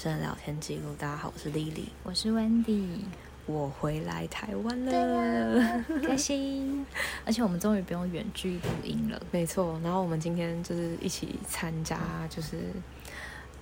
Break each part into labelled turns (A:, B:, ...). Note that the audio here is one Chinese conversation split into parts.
A: 生聊天记录。大家好，我是丽丽，
B: 我是 Wendy，
A: 我回来台湾了，
B: 开心。而且我们终于不用远距录音了。
A: 没错，然后我们今天就是一起参加就是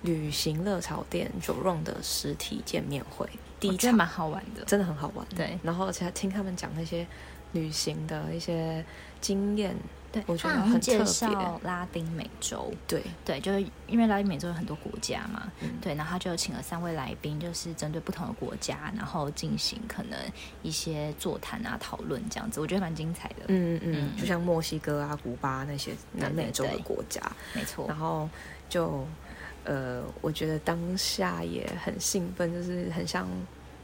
A: 旅行乐潮店九 r 的实体见面会，第一
B: 我觉得
A: 场
B: 蛮好玩哦的。
A: 真的很好玩。
B: 对
A: 然后而且听他们讲那些旅行的一些经验，
B: 对，
A: 我觉得
B: 他好
A: 很
B: 像
A: 特别
B: 介绍拉丁美洲，
A: 对，
B: 对，就是因为拉丁美洲有很多国家嘛，
A: 嗯
B: 对，然后他就请了三位来宾，就是针对不同的国家，然后进行可能一些座谈啊、讨论这样子，我觉得蛮精彩的。
A: 嗯嗯，
B: 嗯
A: 就像墨西哥啊、古巴那些南美洲的
B: 对对对
A: 国家，
B: 没错
A: 然，后就呃，我觉得当下也很兴奋，就是很像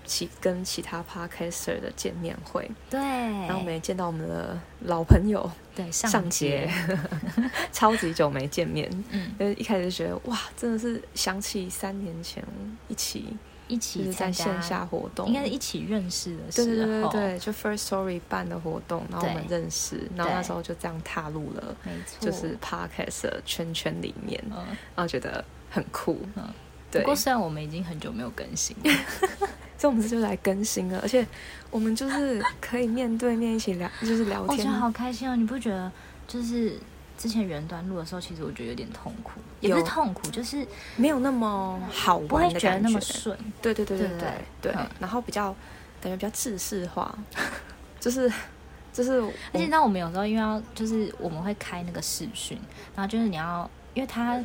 A: 其跟其他 podcaster 的见面会，
B: 对，
A: 然后我们也见到我们的老朋友
B: 对上
A: 上
B: 节
A: 节， 超级久没见面，
B: 嗯，
A: 就是一开始就觉得哇，真的是想起三年前一起
B: 一
A: 就
B: 起
A: 是在
B: 参
A: 线
B: 加，
A: 下活动，
B: 应该是一起认识的时
A: 对
B: 候，
A: 对对对对，就 First Story 办的活动，然后我们
B: 对
A: 认识，然后那
B: 对哦
A: 时候就这样踏入了
B: 没错，
A: 就是 podcast 的圈圈里面，
B: 嗯。
A: 然后觉得很酷。
B: 嗯
A: 对
B: 不，过虽然我们已经很久没有更新了，
A: 所以我们这就来更新了，而且我们就是可以面对面一起聊，就是聊
B: 我觉
A: 天
B: 得。好开心哦！你不觉得就是之前远端录的时候，其实我觉得有点痛苦，也不是
A: 有
B: 痛苦，就是
A: 没有那么好
B: 不会
A: 玩的
B: 觉得
A: 感
B: 那么顺。
A: 对对对对
B: 对
A: 对对
B: 对嗯，
A: 然后比较感觉比较制式化， 就是就是我，
B: 而且那我们有时候因为要就是我们会开那个视讯，然后就是你要，因为他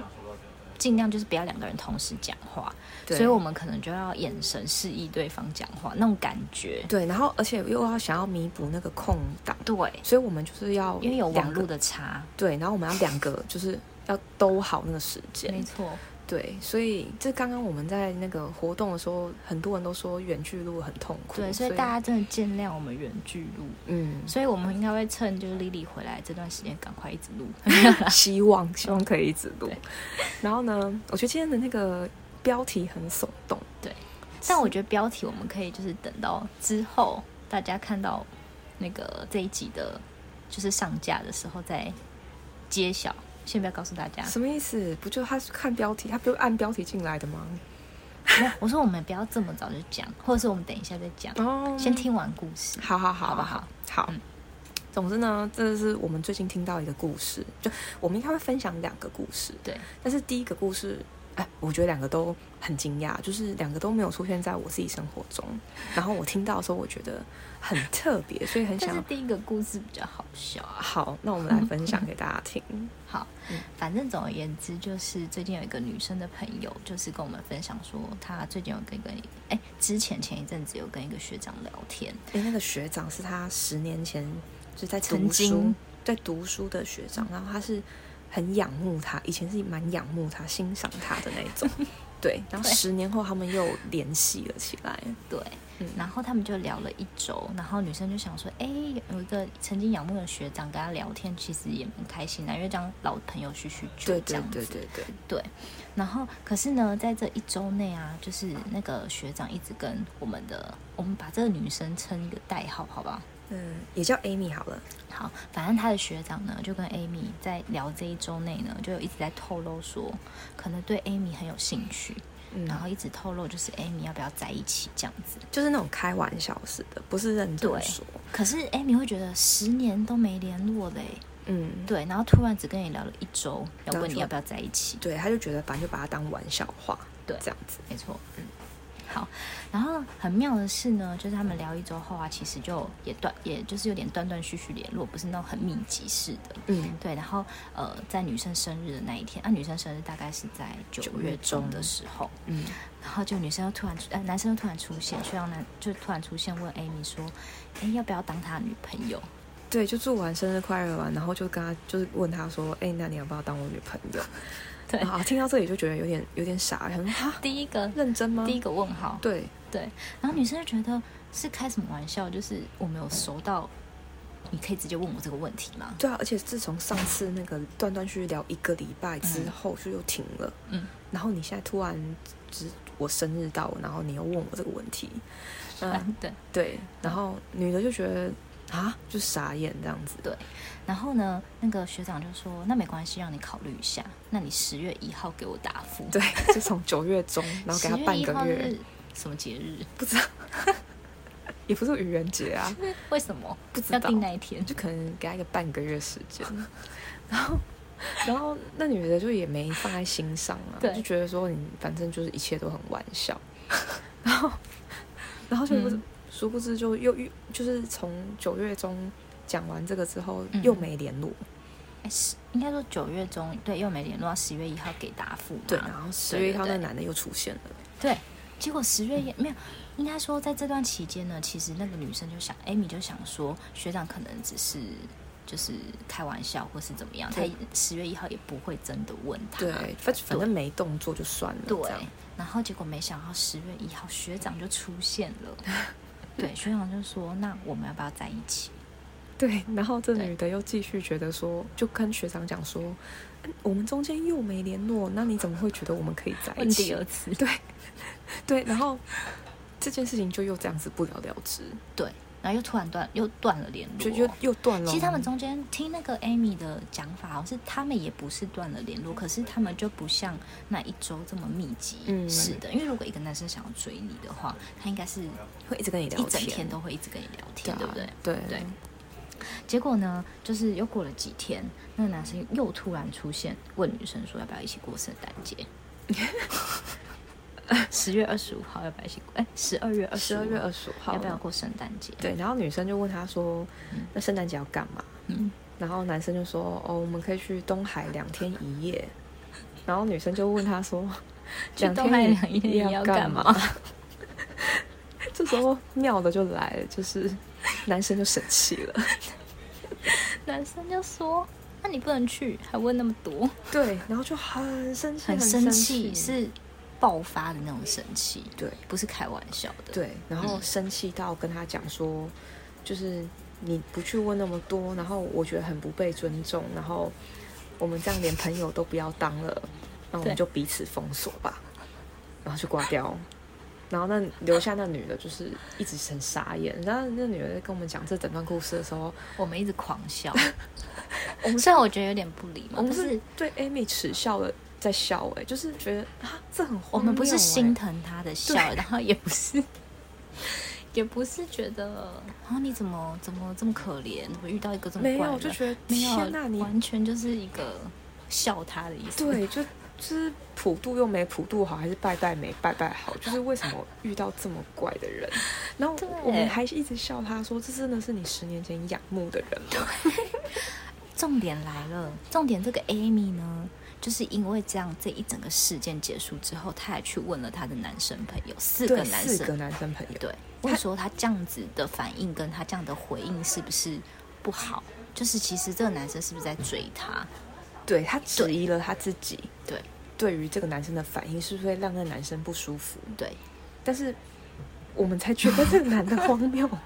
B: 尽量就是不要两个人同时讲话，
A: 对
B: 所以我们可能就要眼神示意对方讲话那种感觉。
A: 对，然后而且又要想要弥补那个空档，
B: 对，
A: 所以我们就是要
B: 因为有
A: 两
B: 网
A: 个
B: 络的差，
A: 对，然后我们要两个就是要兜好那个时间，
B: 没错，
A: 对，所以这刚刚我们在那个活动的时候，很多人都说远距路很痛苦，
B: 对，所以大家真的见谅我们远距录。
A: 嗯，
B: 所以我们应该会趁就是 Lily 回来这段时间，赶快一直 录。
A: 希望希望可以一直录
B: 对。
A: 然后呢，我觉得今天的那个标题很耸动，
B: 对，但我觉得标题我们可以就是等到之后大家看到那个这一集的，就是上架的时候再揭晓，先不要告诉大家。
A: 什么意思？不就他是看标题，他不就按标题进来的吗？
B: 没有我说我们不要这么早就讲，或者是我们等一下再讲，
A: 哦，
B: 先，听完故事。
A: 好好好
B: 好不
A: 好
B: 好？
A: 好
B: 嗯。
A: 总之呢，这是我们最近听到一个故事，就我们应该会分享两个故事，
B: 对，
A: 但是第一个故事，哎，我觉得两个都很惊讶，就是两个都没有出现在我自己生活中。然后我听到的时候，我觉得很特 别，所以很
B: 但
A: 想
B: 是第一个故事比较好笑啊。
A: 好，那我们来分享给大家 听。
B: 好
A: 嗯，
B: 反正总而言之，就是最近有一个女生的朋友，就是跟我们分享说，她最近有跟一个，哎，之前前一阵子有跟一个学长聊天，
A: 哎，那个学长是他十年前就在
B: 曾
A: 读书
B: 经，
A: 在读书的学长，然后他是很仰慕他，以前是蛮仰慕他、欣赏他的那一 种。对，然后
B: 对
A: 十年后他们又联系了起来。
B: 对，
A: 嗯
B: 然后他们就聊了一周，然后女生就想说，哎，有一个曾经仰慕的学长跟他聊天，其实也蛮开心的，因为这样老朋友叙叙旧
A: 对
B: 这
A: 对
B: 样子。
A: 对对对，
B: 对，然后可是呢，在这一周内啊，就是那个学长一直跟我们的，我们把这个女生称一个代号，好不好？
A: 嗯，也叫 Amy 好了。
B: 好，反正他的学长呢，就跟 Amy 在聊这一周内呢，就有一直在透露说，可能对 Amy 很有兴趣，
A: 嗯，
B: 然后一直透露就是 Amy 要不要在一起这样子。
A: 就是那种开玩笑式的，不是认真
B: 对
A: 说。
B: 可是 Amy 会觉得十年都没联络嘞，
A: 嗯，
B: 对，然后突然只跟你聊了一周，要
A: 然后
B: 问你
A: 说
B: 要不要在一起，
A: 对，他就觉得反正就把它当玩笑话，
B: 对
A: 这样子。
B: 没错，嗯，好。然后很妙的是呢，就是他们聊一周后啊，其实就也断，也就是有点断断续续联络，不是那种很密集式的。
A: 嗯，
B: 对，然后呃，在女生生日的那一天，啊，女生生日大概是在
A: 九
B: 九
A: 月
B: 月中
A: 中
B: 的时候，
A: 嗯，
B: 然后就女生又突然出，呃，男生又突然出现，学长男就突然出现问 Amy 说，哎，要不要当他的女朋友？
A: 对，就祝完生日快乐完，然后就跟他就是问他说，哎、那你要不要当我女朋 友？
B: 对
A: 啊，听到这里就觉得有点有点傻，想说哈，
B: 第一个，
A: 认真吗？
B: 第一个问号，
A: 对，
B: 对，然后女生就觉得是开什么玩笑，就是我没有熟到，你可以直接问我这个问题吗？
A: 对啊，而且自从上次那个断断续续聊一个礼拜之后，就又停了。
B: 嗯，
A: 然后你现在突然只我生日到了，然后你又问我这个问题，嗯、
B: 啊，对，
A: 对，然后女的就觉得啊，就傻眼这样子。
B: 对然后呢，那个学长就说：“那没关系，让你考虑一下。那你十月一号给我答复。”
A: 对， 就从九月中，然后给他半个
B: 10
A: 月
B: 月1号，是什么节日？
A: 不知道，也不是愚人节啊，
B: 为什么
A: 不知
B: 要嗯
A: 道
B: 定那一天？
A: 就可能给他一个半个月时间，然后。然后那女的就也没放在心上啊，
B: 对
A: 就觉得说你反正就是一切都很玩笑， 然后然后就不、
B: 嗯
A: 殊不知就又又就是从九月中讲完这个之后、
B: 嗯
A: 又没联络，
B: 哎是应该说九月中，对，又没联络到十月一号给答复嘛。
A: 对，然后十月一号
B: 对
A: 那
B: 对
A: 男的又出现了，
B: 对，结果十月也没有，应该说在这段期间呢，其实那个女生就想，Amy 就想说，学长可能只是就是开玩笑或是怎么样，他
A: 对
B: 十月一号也不会真的问他。
A: 对，反反正没动作就算了，
B: 对
A: 这样，
B: 然后结果没想到十月一号学长就出现 了，对，学长就说，那我们要不要在一起？
A: 对，然后这
B: 对
A: 女的又继续觉得说，就跟学长讲说，嗯我们中间又没联络，那你怎么会觉得我们可以在
B: 问
A: 一
B: 第
A: 起？
B: 二次，
A: 对，然后这件事情就又这样子不了了之，
B: 对，然后又突然断，又断了联络，
A: 就又又断了哦。
B: 其实他们中间听那个 Amy 的讲法，好像是他们也不是断了联络，可是他们就不像那一周这么密集
A: 嗯
B: 是的。因为如果一个男生想要追你的话，他应该是一
A: 会一直跟你聊
B: 整天都会一直跟你聊
A: 对
B: 天，
A: 啊
B: 对不对？？
A: 对
B: 对结果呢，就是又过了几天，那个男生又突然出现，问女生说要不要一起过圣诞 节。十月二十五号要不要一起过？哎，十二月二
A: 十
B: 十
A: 二月二十五号
B: 要不要
A: 呢
B: 过圣诞节？
A: 对，然后女生就问他说
B: 嗯：“
A: 那圣诞节要干嘛
B: 嗯，？”
A: 然后男生就说：“哦，我们可以去东海两天一 夜。”然后女生就问他说：“
B: 去
A: 两
B: 东海
A: 天
B: 两
A: 一
B: 夜要
A: 要
B: 干
A: 嘛
B: 嘛？”？
A: 这时候妙的就来了， 就是男生就生气了。
B: 男生就说：“那你不能去，还问那么多。
A: 对，然后就很生”气，
B: 很
A: 很
B: 生
A: 气，
B: 气，是爆发的那种生气，
A: 对
B: 不是开玩笑的。，
A: 对，然后
B: 嗯
A: 生气到跟他讲说，就是你不去问那么多，然后我觉得很不被尊重，然后我们这样连朋友都不要当了，那我
B: 对
A: 们就彼此封锁吧，然后就挂掉。然后那留下那女的，就是一直很傻眼。然后那女的在跟我们讲这整段故事的时候，
B: 我们一直狂 笑。
A: 我们
B: 虽然我觉得有点哦不礼貌，
A: 我们
B: 但
A: 是
B: 是
A: 对 Amy 耻笑的在笑、欸，哎，就是觉得啊，这很
B: 我
A: 荒
B: 们不是
A: 谬
B: 心
A: 欸
B: 疼他的笑，然后也不是。 也不是觉得，哦，你怎么怎么这么可怜？怎么遇到一个这么
A: 没
B: 怪
A: 有，
B: 人
A: 就觉得
B: 没有啊
A: 天哪、你
B: 完全就是一个笑他的意思。
A: 对，就就是普渡又没普渡好，还是拜拜没拜拜好，就是为什么遇到这么怪的人？然后
B: 对
A: 我们还一直笑他说，这真的是你十年前仰慕的人吗？
B: 重点来了，重点这个 Amy 呢，就是因为这样这一整个事件结束之后，她还去问了她的男生朋友，四个
A: 对，
B: 男
A: 四个
B: 生，
A: 男生朋友，
B: 对，问说她这样子的反应跟她这样的回应是不是不好？就是其实这个男生是不是在追她？
A: 对他质疑了他自己，
B: 对
A: 对于这个男生的反应是不是会让那个男生不舒服？
B: 对，
A: 但是我们才觉得这个男的荒 谬吧，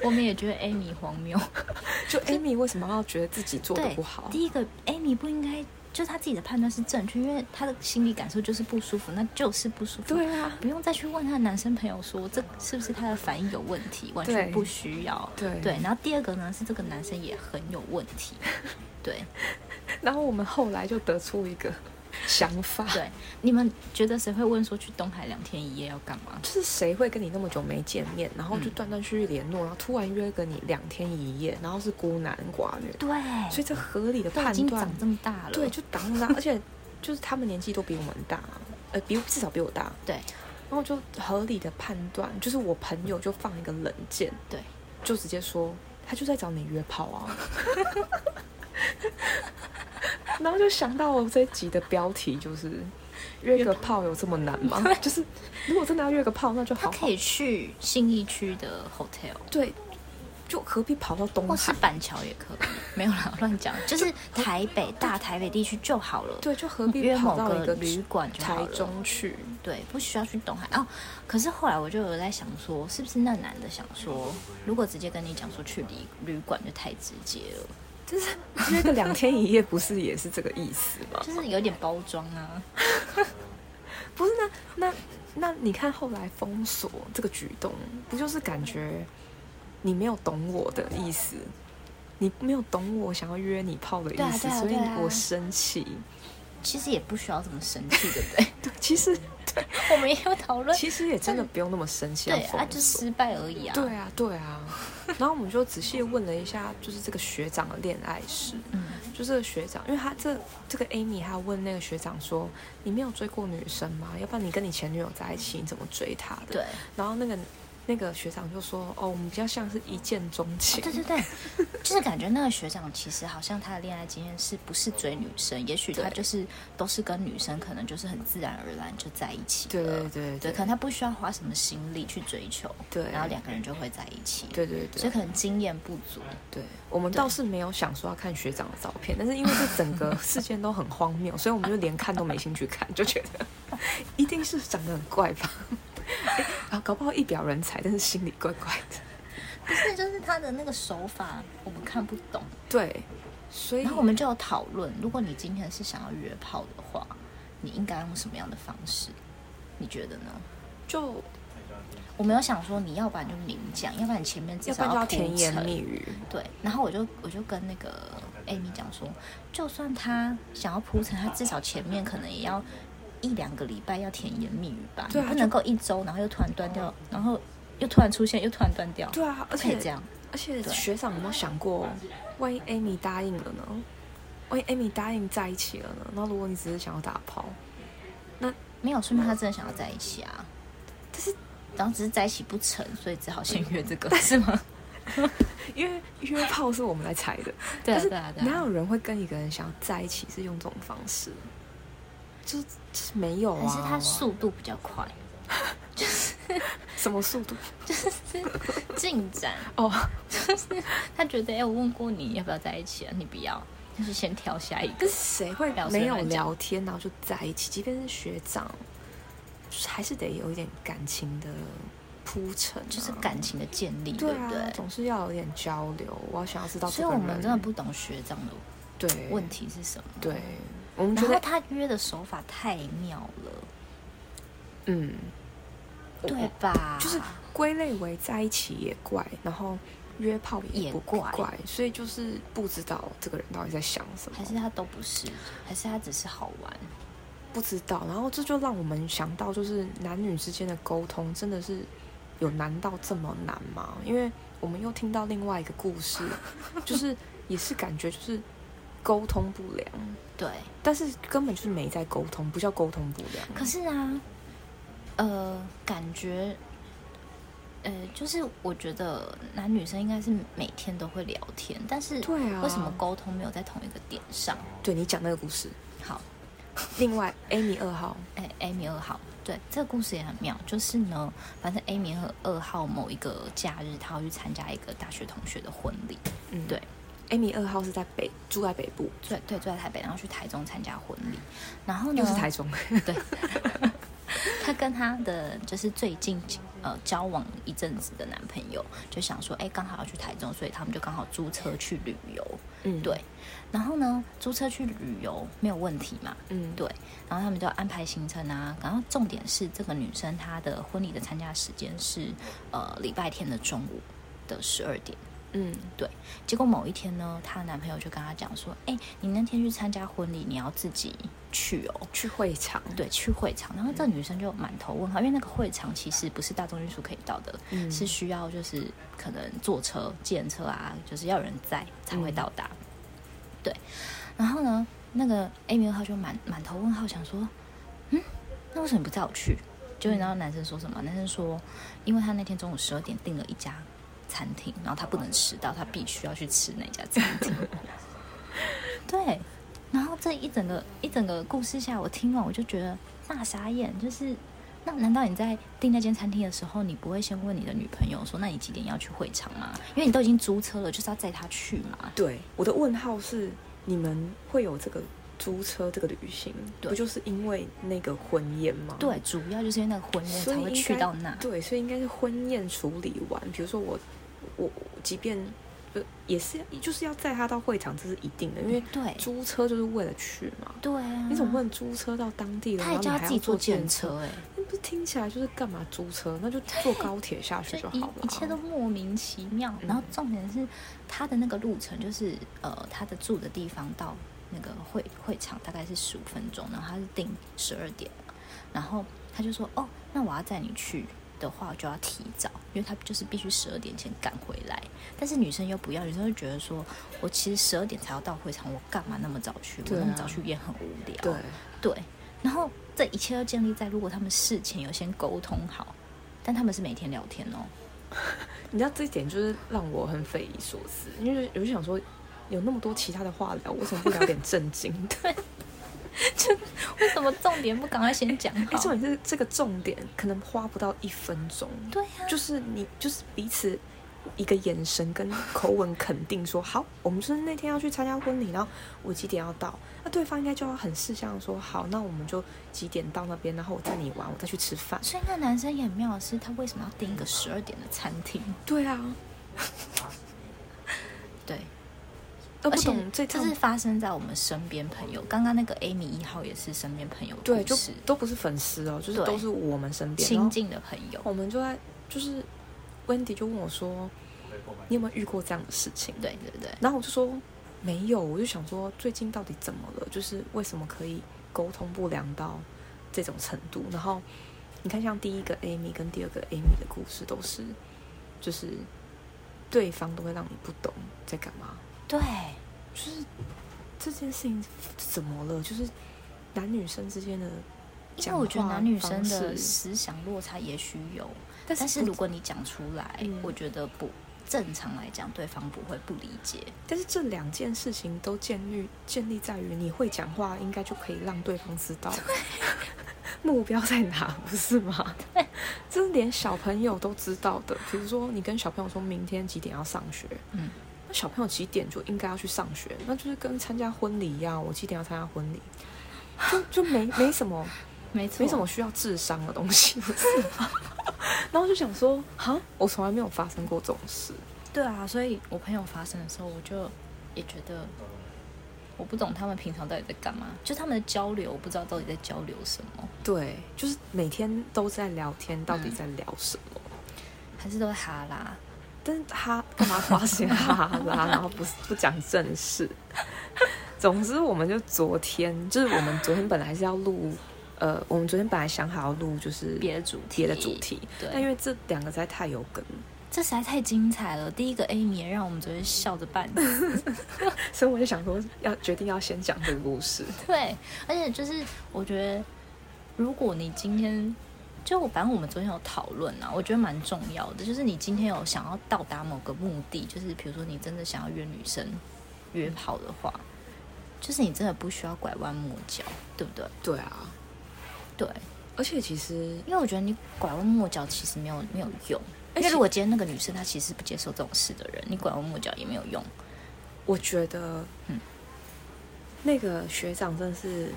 B: 我们也觉得 Amy 荒 谬。
A: 就 Amy 为什么要觉得自己做的
B: 对，
A: 不好？
B: 第一个 Amy 不应该，就她自己的判断是正确，因为她的心理感受就是不舒服，那就是不舒服。
A: 对啊，
B: 不用再去问她的男生朋友说这是不是她的反应有问题，完全
A: 对
B: 不需要。
A: 对
B: 对，然后第二个呢是这个男生也很有问题，对
A: 然后我们后来就得出一个 想法，
B: 对，你们觉得谁会问说去东海两天一夜要干嘛？
A: 就是谁会跟你那么久没见面，然后就
B: 嗯
A: 断断续续联络，然后突然约个你两天一夜，然后是孤男寡女，
B: 对，
A: 所以这合理的
B: 都哦已
A: 判
B: 经
A: 断
B: 长，这么大了，
A: 对，就打上他，而且就是他们年纪都比我们大，呃，比至少比我大，
B: 对
A: 然后就合理的判断，就是我朋友就放一个冷箭，
B: 对，
A: 就直接说他就在找你约炮啊， 然后就想到我这一集的标题就是约个炮有这么难吗？就是如果真的要约个炮，那就
B: 他
A: 好
B: 可
A: 好
B: 以去信义区的 hotel。
A: 对，就何必跑到东
B: 或是
A: 海？
B: 板桥也可以，没有啦，乱讲，就是台北大台北地区就好了，
A: 对，就何必
B: 约
A: 跑
B: 某
A: 到一
B: 个
A: 个
B: 旅馆就好
A: 台
B: 了。
A: 中去？
B: 对，不需要去东海哦。可是后来我就有在想说，是不是那男的想说，如果直接跟你讲说去旅旅馆就太直接了，
A: 就是约个两天一夜，不是也是这个意思吗？
B: 就是有点包装啊。
A: 不是那那那你看后来封锁这个举动，不就是感觉你没有懂我的意思，你没有懂我想要约你泡的意
B: 对啊
A: 思，
B: 对啊
A: 所以
B: 对啊
A: 我生气。
B: 其实也不需要这么生气，对不对？
A: 对，其实
B: 我们也有讨论，
A: 其实也真的不用那么生气，要
B: 对啊，
A: 封
B: 就
A: 锁
B: 失败而已啊。
A: 对啊，对啊。然后我们就仔细问了一下，就是这个学长的恋爱史，
B: 嗯，
A: 就这个学长，因为他这这个 Amy 还问那个学长说：“你没有追过女生吗？要不然你跟你前女友在一起，你怎么追她的？”。
B: 对，哦
A: 然后那个那个学长就说：“哦，我们比较像是一见钟情。
B: 对对对，就是感觉那个学长其实好像他的恋爱经验是不是追女生，也许他
A: 对
B: 就是都是跟女生，可能就是很自然而然就在一起
A: 对
B: 了。
A: 对对
B: 对
A: 对
B: 可能他不需要花什么心力去追求，
A: 对
B: 然后两个人就会在一起。，
A: 对对
B: 所
A: 对
B: 以可能经验不足。
A: 对，我们倒是没有想说要看学长的照片，但是因为这整个事件都很荒谬，所以我们就连看都没兴趣看，就觉 得一定是长得很怪吧。 哎啊，搞不好一表人才，但是心里怪怪的。
B: 不是，就是他的那个手法我们看不懂，
A: 对，所以
B: 然后我们就有讨论，如果你今天是想要约炮的话，你应该用什么样的方式？你觉得呢？
A: 就
B: 我没有想说你要不然就明讲，要不然你前面至
A: 要不然
B: 少
A: 就要
B: 铺
A: 甜言
B: 陈
A: 蜜语。
B: 对，然后我就我就跟那个 Amy 讲说，就算他想要铺陈，他至少前面可能也要一两个礼拜要甜言蜜语吧，
A: 对啊
B: 你不
A: 就
B: 能够一周，然后又突然断掉，然后又突然出现，又突然断掉，
A: 对啊，而
B: 不可以
A: 且
B: 这样。
A: 而且
B: 对
A: 学长有没有想过，万一 Amy 答应了呢？万一 Amy 答应在一起了呢？那如果你只是想要打炮，
B: 没有，说明他真的想要在一起啊，
A: 但是
B: 然后只是在一起不成，所以只好先约这个，是 吗？
A: 因为约炮是我们来猜的，
B: 对
A: 但
B: 啊，
A: 是
B: 对啊，对
A: 哪
B: 啊。
A: 有人会跟一个人想要在一起是用这种方式？就就是没有
B: 但是
A: 啊
B: 他，速度比较快，
A: 什么速度？
B: 进展
A: 哦，
B: 他觉得哎、我问过你要不要在一起啊，你不要，那就先挑下一个。
A: 跟谁会
B: 聊
A: 没有
B: 随便讲
A: 聊天然后就在一起？即便是学长，就是还是得有一点感情的铺陈啊、
B: 就是感情的建立，
A: 对
B: 不
A: 啊，
B: 对？
A: 总是要有点交流。我要想要知道
B: 所
A: 这
B: 以
A: 个
B: 我
A: 人，
B: 们真的不懂学长的
A: 对
B: 问题是什么。
A: 对，我们
B: 然
A: 觉
B: 后
A: 得
B: 他约的手法太妙了，
A: 嗯，我
B: 对啊吧？
A: 就是归类为在一起也怪，然后约炮
B: 也
A: 也不
B: 怪
A: 怪，所以就是不知道这个人到底在想什么
B: 还，是他都不是，还是他只是好玩。
A: 不知道。然后这就让我们想到，就是男女之间的沟通真的是有难到这么难吗？因为我们又听到另外一个故事，就是也是感觉就是沟通不良，
B: 对，
A: 但是根本就是没在沟通，不叫沟通不良。
B: 可是啊，呃，感觉，呃，就是我觉得男女生应该是每天都会聊天，但是
A: 对啊，
B: 为什么沟通没有在同一个点上？
A: 对你讲那个故事，
B: 好，
A: 另外 Amy 二号，
B: 哎，Amy 二号，对，这个故事也很妙。就是呢，反正 Amy 和二号某一个假日，她要去参加一个大学同学的婚礼，
A: 嗯，
B: 对
A: ，Amy 二号是在北住在北部，
B: 对对，住在台北，然后去台中参加婚礼。然后呢，
A: 又是台中，
B: 对，她跟她的就是最近呃交往一阵子的男朋友，就想说，哎，刚好要去台中，所以他们就刚好租车去旅游。
A: 嗯，
B: 对，然后呢，租车去旅游没有问题嘛，
A: 嗯，
B: 对，然后他们就要安排行程啊。然后重点是，这个女生她的婚礼的参加时间是呃礼拜天的中午的十二点。
A: 嗯，
B: 结果某一天呢，她的男朋友就跟她讲说：“哎，你那天去参加婚礼，你要自己去哦。”
A: 去会场，
B: 对，去会场，然后这个女生就满头问号，因为那个会场其实不是大众运输可以到的，
A: 嗯
B: 是需要就是可能坐车、电车啊，就是要有人在才会到达。对，然后呢，那个 Amy 二号就满满头问号，想说，嗯，那为什么你不载我去？就你知道男生说什么？男生说，因为他那天中午十二点订了一家餐厅，然后他不能迟到，他必须要去吃那家餐厅。对，然后这一整个一整个故事下，我听完我就觉得大傻眼，就是那难道你在订那间餐厅的时候，你不会先问你的女朋友说，那你几点要去会场吗？因为你都已经租车了，就是要载她去嘛。
A: 对，我的问号是你们会有这个租车这个旅行，
B: 对
A: 不就是因为那个婚宴吗？
B: 对，。主要就是因为那个婚宴
A: 嗯所
B: 才
A: 以
B: 会
A: 应
B: 去
A: 该
B: 到那。
A: 对，所以应该是婚宴处理完，比如说我，我，我即便不也是就是要载他到会场，这是一定的，因为
B: 对
A: 租车就是为了去嘛。
B: 对啊，
A: 你总不能租车到当地了，
B: 他也
A: 然后你
B: 叫
A: 还
B: 他自己
A: 要
B: 坐
A: 坐
B: 电
A: 电车，
B: 车哎、
A: 那不是听起来就是干嘛租车？那就坐高铁下去
B: 就
A: 就
B: 一
A: 好了啊。
B: 一切都莫名其妙。然后
A: 嗯
B: 重点是他的那个路程，就是呃他的住的地方到那个会会场大概是十五分钟，然后他是定十二点嘛，然后他就说哦，那我要载你去。的话我就要提早，因为他就是必须十二点前赶回来。但是女生又不要，女生就觉得说，我其实十二点才要到会场，我干嘛那么早去？我
A: 对
B: 那么
A: 啊
B: 早去也很无聊。
A: 对，
B: 对，然后这一切都建立在如果他们事前有先沟通好，但他们是每天聊天哦。
A: 你知道这一点就是让我很匪夷所思，因为我就想说，有那么多其他的话聊，为什么不聊点正经的？
B: 为什么重点不赶快先讲
A: 哎，
B: 好？
A: 重点是这个重点可能花不到一分钟，
B: 对啊呀、
A: 就是你就是彼此一个眼神跟口吻肯定说好，我们就是那天要去参加婚礼，然后我几点要到，那对方应该就要很识相地说好，那我们就几点到那边，然后我载你玩，我再去吃饭。
B: 所以那男生也很妙的是，他为什么要订一个十二点的餐厅？
A: 对啊，
B: 对，
A: 都呃
B: 而
A: 不
B: 且
A: 懂这
B: 这
A: 趟
B: 是发生在我们身边朋友。刚刚那个 Amy 一号也是身边朋友的
A: 对，
B: 故
A: 就
B: 事
A: 都不是粉丝哦，就是
B: 对
A: 都是我们身边，然
B: 亲
A: 后
B: 近的朋友。
A: 我们就在就是 Wendy 就问我说，你有没有遇过这样的事情？
B: 对对对，
A: 然后我就说没有，我就想说最近到底怎么了？就是为什么可以沟通不良到这种程度？然后你看，像第一个 Amy 跟第二个 Amy 的故事都是，就是对方都会让你不懂在干嘛，
B: 对
A: 就是这件事情怎么了？就是男女生之间的
B: 因
A: 讲话
B: 为我
A: 方式，
B: 觉得男女生的思想落差也许有，
A: 但
B: 但
A: 是
B: 是
A: 不
B: 如果你讲出来，
A: 嗯
B: 我觉得不正常来讲，对方不会不理解。
A: 但是这两件事情都建立建立在于你会讲话，应该就可以让对方知道 目标在哪，不是吗？这是连小朋友都知道的。比如说，你跟小朋友说明天几点要上学，
B: 嗯，
A: 那小朋友几点就应该要去上学，那就是跟参加婚礼一样，我几点要参加婚礼，就就没没什么
B: 没错，
A: 没什么需要智商的东西，不是吗？然后我就想说，哈，我从来没有发生过这种事。
B: 对啊，所以我朋友发生的时候，我就也觉得我不懂他们平常到底在干嘛，就他们的交流，我不知道到底在交流什么，
A: 对，就是每天都在聊天，到底
B: 嗯
A: 在聊什么？
B: 还是都在哈拉。
A: 但是他干嘛花钱哈拉，然后不不讲正事。总之，我们就昨天，就是我们昨天本来是要 录，呃，我们昨天本来想好要录就是
B: 别的主题，
A: 别的主，题，但因
B: 对，
A: 为这两个实在太有 梗了，
B: 这实在太精彩了。第一个 Amy 也让我们昨天笑着半死，
A: 所以我就想说要决定要先讲这个故事。
B: 对，而且就是我觉得，如果你今天就我反正我们昨天有讨论啊，我觉得蛮重要的，就是你今天有想要到达某个目的，就是比如说你真的想要约女生约炮的话，就是你真的不需要拐弯抹角，对不对？
A: 对啊，
B: 对，
A: 而且其实
B: 因为我觉得你拐弯抹角其实没有没有用。因
A: 而
B: 为
A: 且
B: 如果今天那个女生她其实是不接受这种事的人，你拐弯抹角也没有用。
A: 我觉得，
B: 嗯
A: 那个学长真的是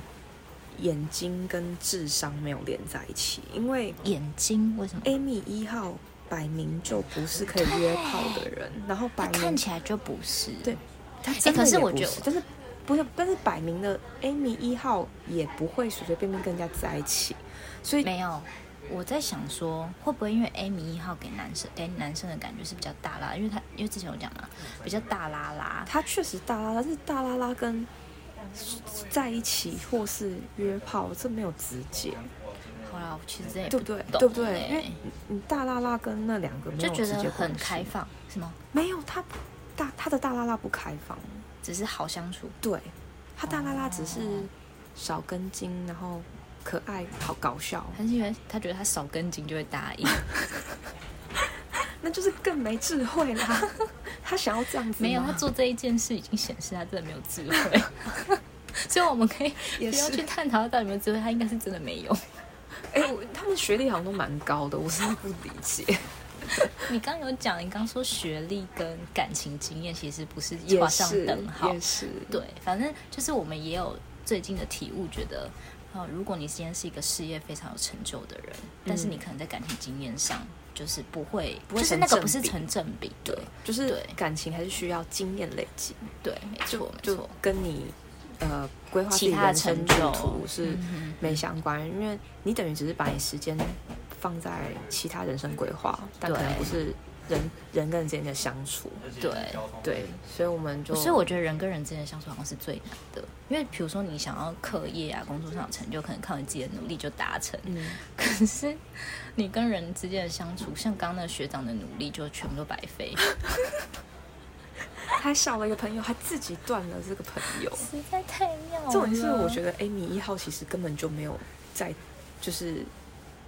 A: 眼睛跟智商没有连在一起，因为
B: 眼睛为什么？
A: Amy 一号摆明就不是可以约炮的人，然后
B: 她
A: 摆
B: 哎看
A: 明
B: 起来就不是。
A: 对他真的
B: 可是
A: 也
B: 我
A: 不
B: 觉得
A: 但是不是，但是摆明的 Amy 一号也不会随随便便跟人家在一起，所以
B: 没有，我在想说，会不会因为 Amy 一号给男生给男生的感觉是比较大啦，因为他因为之前有讲嘛，
A: 嗯
B: 比较大啦啦，
A: 他确实大拉拉，但是大拉拉跟在一起或是约炮，这没有直接，
B: 后来我其实真也
A: 对
B: 不
A: 不对？
B: 懂
A: 对不对？
B: 欸
A: 因为你嗯大拉拉跟那两个没
B: 就
A: 有
B: 觉
A: 直接
B: 得很
A: 关系
B: 开，放，什么
A: 没有他大他的大拉拉不开放，
B: 只是好相处，
A: 对，他大拉拉只是
B: 哦
A: 少根筋，然后可爱，好搞笑，
B: 还是因为他觉得他少根筋就会答 应，
A: 那就是更没智慧啦。 他想要这样子吗，
B: 没有他做这一件事已经显示他真的没有智慧。 所以我们可以
A: 也
B: 不要
A: 是
B: 去。探讨他到底有没有智慧，他应该是真的没 有。
A: 哎、我他们学历好像都蛮高的，我真的不理 解。
B: 你刚有讲，你刚说学历跟感情经验其实不是
A: 也
B: 画上
A: 是，
B: 等号
A: 也，是，
B: 对，反正就是我们也有最近的体悟，觉得，呃，如果你今天是一个事业非常有成就的人，但是你可能在感情经验上就是不会，不会
A: 就是
B: 成
A: 那个
B: 正
A: 不是
B: 比
A: 成
B: 正比，对
A: 就是
B: 对
A: 感情还是需要经验累积，
B: 对，没错没
A: 就
B: 错，
A: 跟你呃规划自己
B: 其他的
A: 人生
B: 成
A: 路
B: 就
A: 途是
B: 嗯哼
A: 没相关，因为你等于只是把你时间放在其他人生规划，但可能
B: 对
A: 不是人人跟人之间的相处。
B: 对
A: 对，所以我们就
B: 所以我觉得人跟人之间的相处好像是最难的，因为比如说你想要课业啊、工作上有成就，可能靠你自己的努力就达成，
A: 嗯，
B: 可是你跟人之间的相处，像刚刚那个学长的努力就全部都白费，
A: 还少了一个朋友，还自己断了这个朋友。
B: 实在太妙了。
A: 这种是我觉得 Amy 一号其实根本就没有在，就是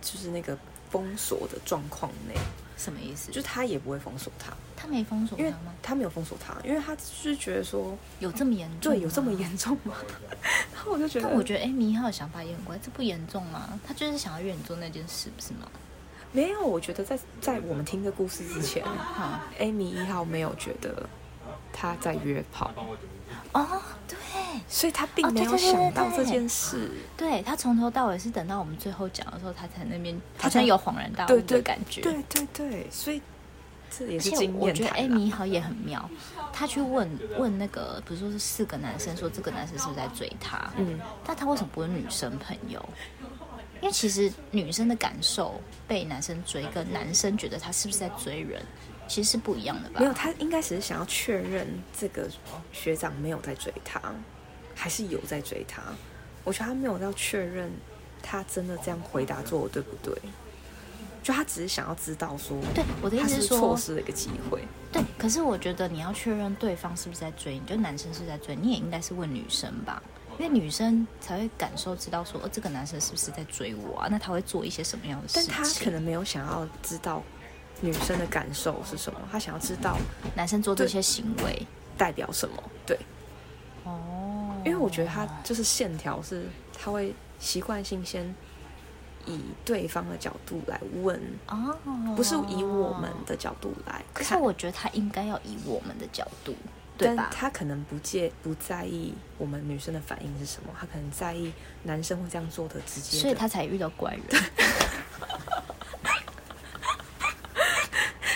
A: 就是那个封锁的状况内，
B: 什么意思？
A: 就是他也不会封锁他，
B: 他没封锁
A: 因
B: 他
A: 为
B: 吗？嗯
A: 他没有封锁他，因为他就是觉得说，
B: 有这么严重？
A: 对，有这么？严重吗？ 然后我就觉得，
B: 但我觉得 Amy 一号的想法也很怪，这不严重吗？他就是想要约你做那件事，不是吗？
A: 没有，我觉得在在我们听这故事之前
B: 好
A: ，Amy 一号没有觉得他在约炮，
B: 哦，对，
A: 所以他并
B: 哦
A: 没
B: 对
A: 有
B: 对对
A: 想
B: 对
A: 到这
B: 对
A: 件事。
B: 对他从头到尾是等到我们最后讲的时候，他才那边
A: 他
B: 好像
A: 才
B: 有恍然大
A: 对
B: 悟
A: 对
B: 的感觉。
A: 对对对，所以这也
B: 而
A: 是
B: 且
A: 经
B: 我
A: 验
B: 觉得
A: 谈啦
B: Amy 好也很妙，她去问问那个，比如说是四个男生，说这个男生是不是在追她？
A: 嗯，
B: 但她为什么不问女生朋友？因为其实女生的感受被男生追，跟男生觉得他是不是在追人，其实是不一样的吧？
A: 没有，他应该只是想要确认这个学长没有在追他，还是有在追他。我觉得他没有要确认他真的这样回答做的对不对，就他只是想要知道说，
B: 对我的意
A: 他
B: 思
A: 是
B: 是
A: 错
B: 说，
A: 失了一个机会。
B: 对，可是我觉得你要确认对方是不是在追你，就男生是不是在追你，你也应该是问女生吧。因为女生才会感受知道说，哦，这个男生是不是在追我啊？那他会做一些什么样的事
A: 但
B: 情？
A: 他可能没有想要知道女生的感受是什么，他想要知道
B: 男生做这
A: 对
B: 些行为，
A: 代表什么。对，
B: 哦，
A: 因为我觉得他就是线条是，他会习惯性先以对方的角度来问，
B: 哦，
A: 不是以我们。的角度来
B: 可是
A: 看。
B: 我觉得他应该要以我们的角度，对
A: 但
B: 吧？
A: 他可能不介不在意我们女生的反应是什么，他可能在意男生会这样做的直接的。
B: 所以他才遇到怪人。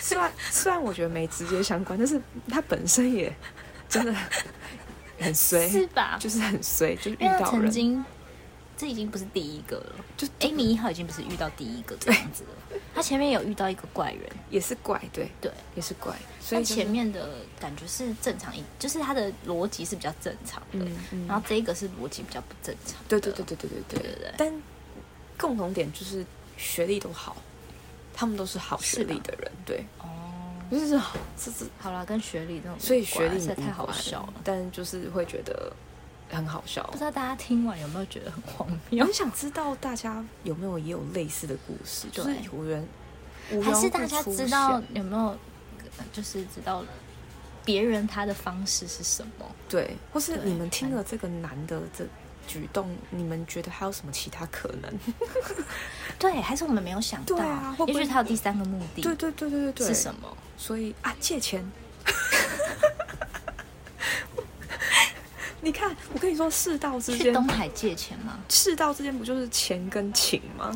A: 虽然虽然我觉得没直接相关，但是他本身也 真的很衰，
B: 是吧？
A: 就是很衰，就是遇
B: 因为他
A: 到
B: 曾
A: 人
B: 经，这已经不是第一个了。
A: 就
B: Amy 一号已经不是遇到第一个这样子 了，他前面有遇到一个怪人，
A: 也是怪，对
B: 对。
A: 也是怪。所
B: 但
A: 以、就是、
B: 前面的感觉是正常一，就是他的逻辑是比较正常的，
A: 嗯嗯
B: 然后这一个是逻辑比较不正常的。
A: 对对对对对对
B: 对对对
A: 但共同点就是学历都好，他们都是好学
B: 是吧
A: 历的人，对，
B: 哦，
A: 就是好，这是
B: 好啦，跟学历这种无关，
A: 所以学历
B: 实在
A: 无
B: 太好
A: 关
B: 笑了。
A: 但就是会觉得很好笑
B: 不。知道大家听完有没有觉得很荒
A: 我
B: 谬？
A: 很想知道大家有没有也有类似的故事，就是
B: 对
A: 有人无
B: 还
A: 缘
B: 是
A: 无
B: 大
A: 故
B: 家
A: 出
B: 知道
A: 现
B: 有没有，呃就是知道别人他的方式是什么？
A: 对，或是
B: 对
A: 你们听
B: 反
A: 了这个男的这举动，你们觉得还有什么其他可能？
B: 对，还是我们没有想到？
A: 对啊会不
B: 也
A: 会
B: 许他有第三个目的
A: 对对对对对对，
B: 是什么？
A: 所以啊，借钱。 你看，我跟你说，世道之
B: 去
A: 间，
B: 东海借钱吗？
A: 世道之间不就是钱跟情吗？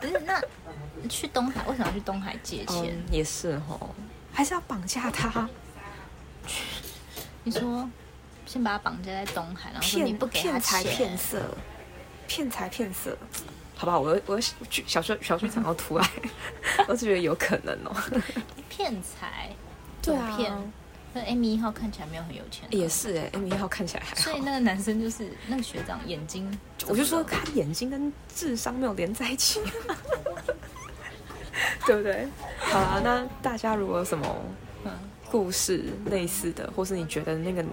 B: 不是，那去东海为什么要去东海借钱？
A: 嗯、也是哦，还是要绑架他，
B: 你说先把他绑架在东海，然后说
A: 骗
B: 你不给他
A: 骗财
B: 钱，
A: 骗色，骗财骗色。好吧，我我剧小说小说讲到突然， 我只觉得有可能哦。
B: 骗财，
A: 对啊
B: 怎么骗。那 Amy 一号看起来没有很有钱啊，
A: 也是哎，M 一号看起来还
B: 所以
A: 好，
B: 那个男生就是那个学长眼睛怎么
A: 我
B: 了，
A: 就说他眼睛跟智商没有连在一 起，对不对？好啦，那大家如果有什么
B: 嗯。
A: 故事类似的，或是你觉得那个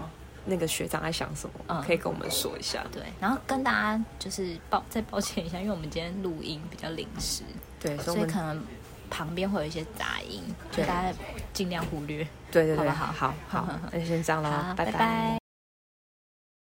A: 那个学长在想什么，
B: 嗯
A: 可以跟我们说一下。
B: 对，然后跟大家就是抱再抱歉一下，因为我们今天录音比较临时，
A: 对，所
B: 所
A: 以我
B: 以
A: 们
B: 可能旁边会有一些杂音，就
A: 对
B: 大家尽量忽略。
A: 对对对，
B: 好不好
A: 好好，那就先这样
B: 好
A: 啦，，
B: 拜
A: 拜
B: 拜